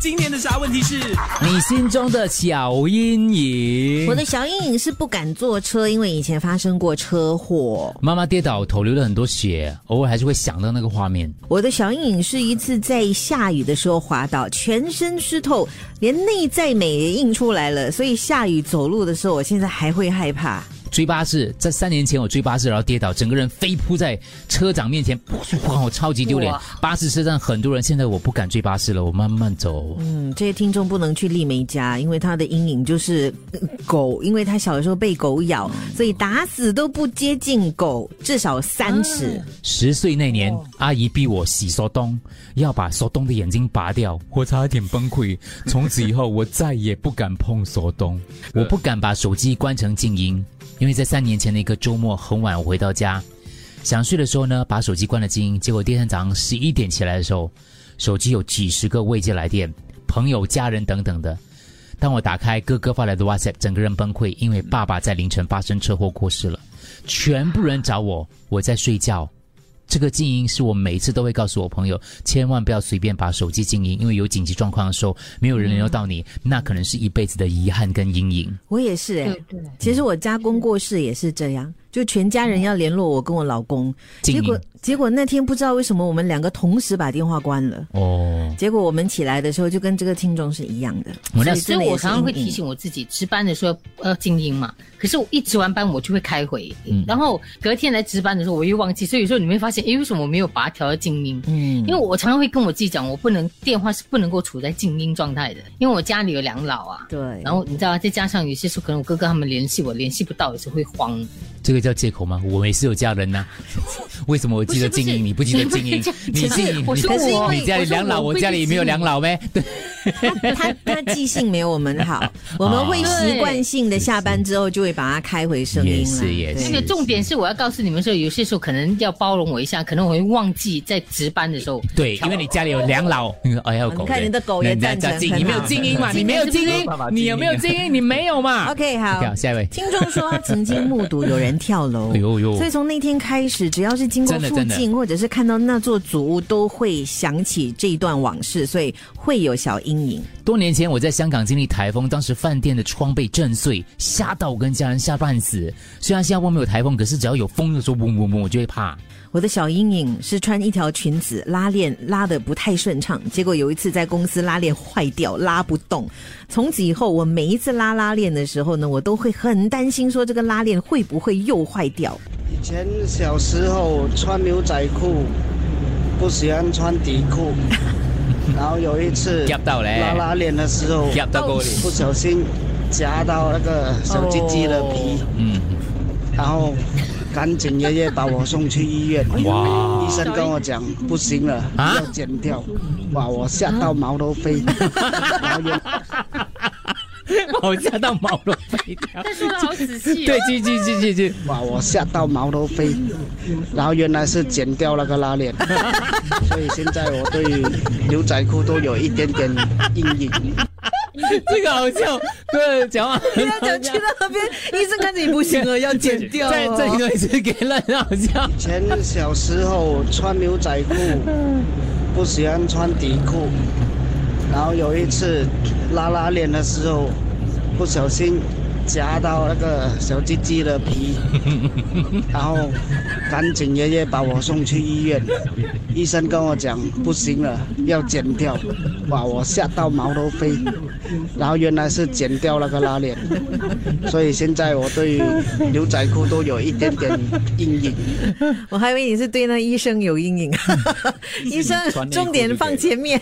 今天的啥问题是？你心中的小阴影。我的小阴影是不敢坐车，因为以前发生过车祸。妈妈跌倒，头流了很多血，偶尔还是会想到那个画面。我的小阴影是一次在下雨的时候滑倒，全身湿透，连内在美也映出来了。所以下雨走路的时候，我现在还会害怕。追巴士，在三年前我追巴士，然后跌倒，整个人飞扑在车长面前，哇，我超级丢脸哇。巴士车上很多人，现在我不敢追巴士了，我慢慢走。嗯，这些听众不能去丽梅家，因为她的阴影就是 呃狗，因为她小的时候被狗咬，所以打死都不接近狗，至少三尺。十岁那年，阿姨逼我洗索东，要把索东的眼睛拔掉，我差一点崩溃。从此以后，我再也不敢碰索东， 我不敢把手机关成静音，因为在三年前的一个周末很晚，我回到家，想睡的时候呢，把手机关了静音，结果第二天早上十一点起来的时候，手机有几十个未接来电，朋友、家人等等的。当我打开哥哥发来的 WhatsApp，整个人崩溃，因为爸爸在凌晨发生车祸过世了，全部人找我，我在睡觉。这个静音是我每次都会告诉我朋友，千万不要随便把手机静音，因为有紧急状况的时候，没有人联络到你，那可能是一辈子的遗憾跟阴影。我也是哎、其实我家公过世也是这样，就全家人要联络我跟我老公，静结果音结果那天不知道为什么我们两个同时把电话关了。哦，结果我们起来的时候就跟这个听众是一样的，我那以所真以的也我是嗯常常会阴影提。醒我自己，值班的时候要静音嘛。可是我一值完班，我就会开会，然后隔天来值班的时候，我又忘记。所以有时候你会发现，诶，为什么我没有把它调到静音？嗯因为我常常会跟我自己讲，我不能电话是不能够处在静音状态的，因为我家里有两老啊。 对，然后你知道啊，再加上有些时候可能我哥哥他们联系我联系不到，有时候会慌。这个叫借口吗？我每次有家人呐、为什么我记得不是不是静音，你不记得静音你不？你是静音，我你说我你家里我说两老，我我不家记里得没有静两音老呗？对，他他记性没有我们 好，我们会习惯性的下班之后就会把它开回声音了。也是也对是那个重点是我要告诉你们说，有些时候可能要包容我一下，可能我会忘记在值班的时候。对，因为你家里有两老，你说哎呀，你狗看嘞你的狗也那赞成静很你没有好静音嘛？你没有静音，你有没有静音？你没有嘛 OK 好，好。下一位。听众说他曾经目睹有人跳 楼，哎呦呦所以从那天开始，只要是经过真的附真的近或者是看到那座祖屋，都会想起这一段往事，所以会有小阴影。多年前我在香港经历台风，当时饭店的窗被震碎，吓到我跟家人吓半死。虽然现在外面有台风，可是只要有风的时候，嗡嗡嗡，我就会怕。 我的小阴影是穿一条裙子拉链拉的不太顺畅，结果有一次在公司拉链坏掉，拉不动。从此以后，我每一次拉拉链的时候呢，我都会很担心，说这个拉链会不会又坏 掉。以前小时候穿牛仔裤，不喜欢穿底 裤，然后有一次夹到嘞拉拉链的时候，夹到沟里不小心夹到那个小鸡鸡的皮，嗯，然后赶紧爷爷把我送去医院。哇医生跟我讲不行了，啊要剪掉。哇，我吓到毛 都飞。然后原我吓到毛都飞掉。他说的好仔 细、哦对，继续继续继续。哇，我吓到毛都飞，然后原来是剪掉那个拉链，所以现在我对牛仔裤都有一点点阴影。这个好笑，对，讲话很啊好笑。到那边，医生看着你不行了，要剪 掉、再再哦。多一次给了，很好笑。以前小时候穿牛仔裤，不喜欢穿底裤，然后有一次拉拉链的时候，不小心夹到那个小鸡鸡的皮，然后赶紧爷爷把我送去医院，医生跟我讲不行了，要剪掉。哇，我吓到毛都飞，然后原来是剪掉那个拉链，所以现在我对牛仔裤都有一点点阴影。我 还以为你是对那医生有阴影，医生穿内裤重点就放对前面。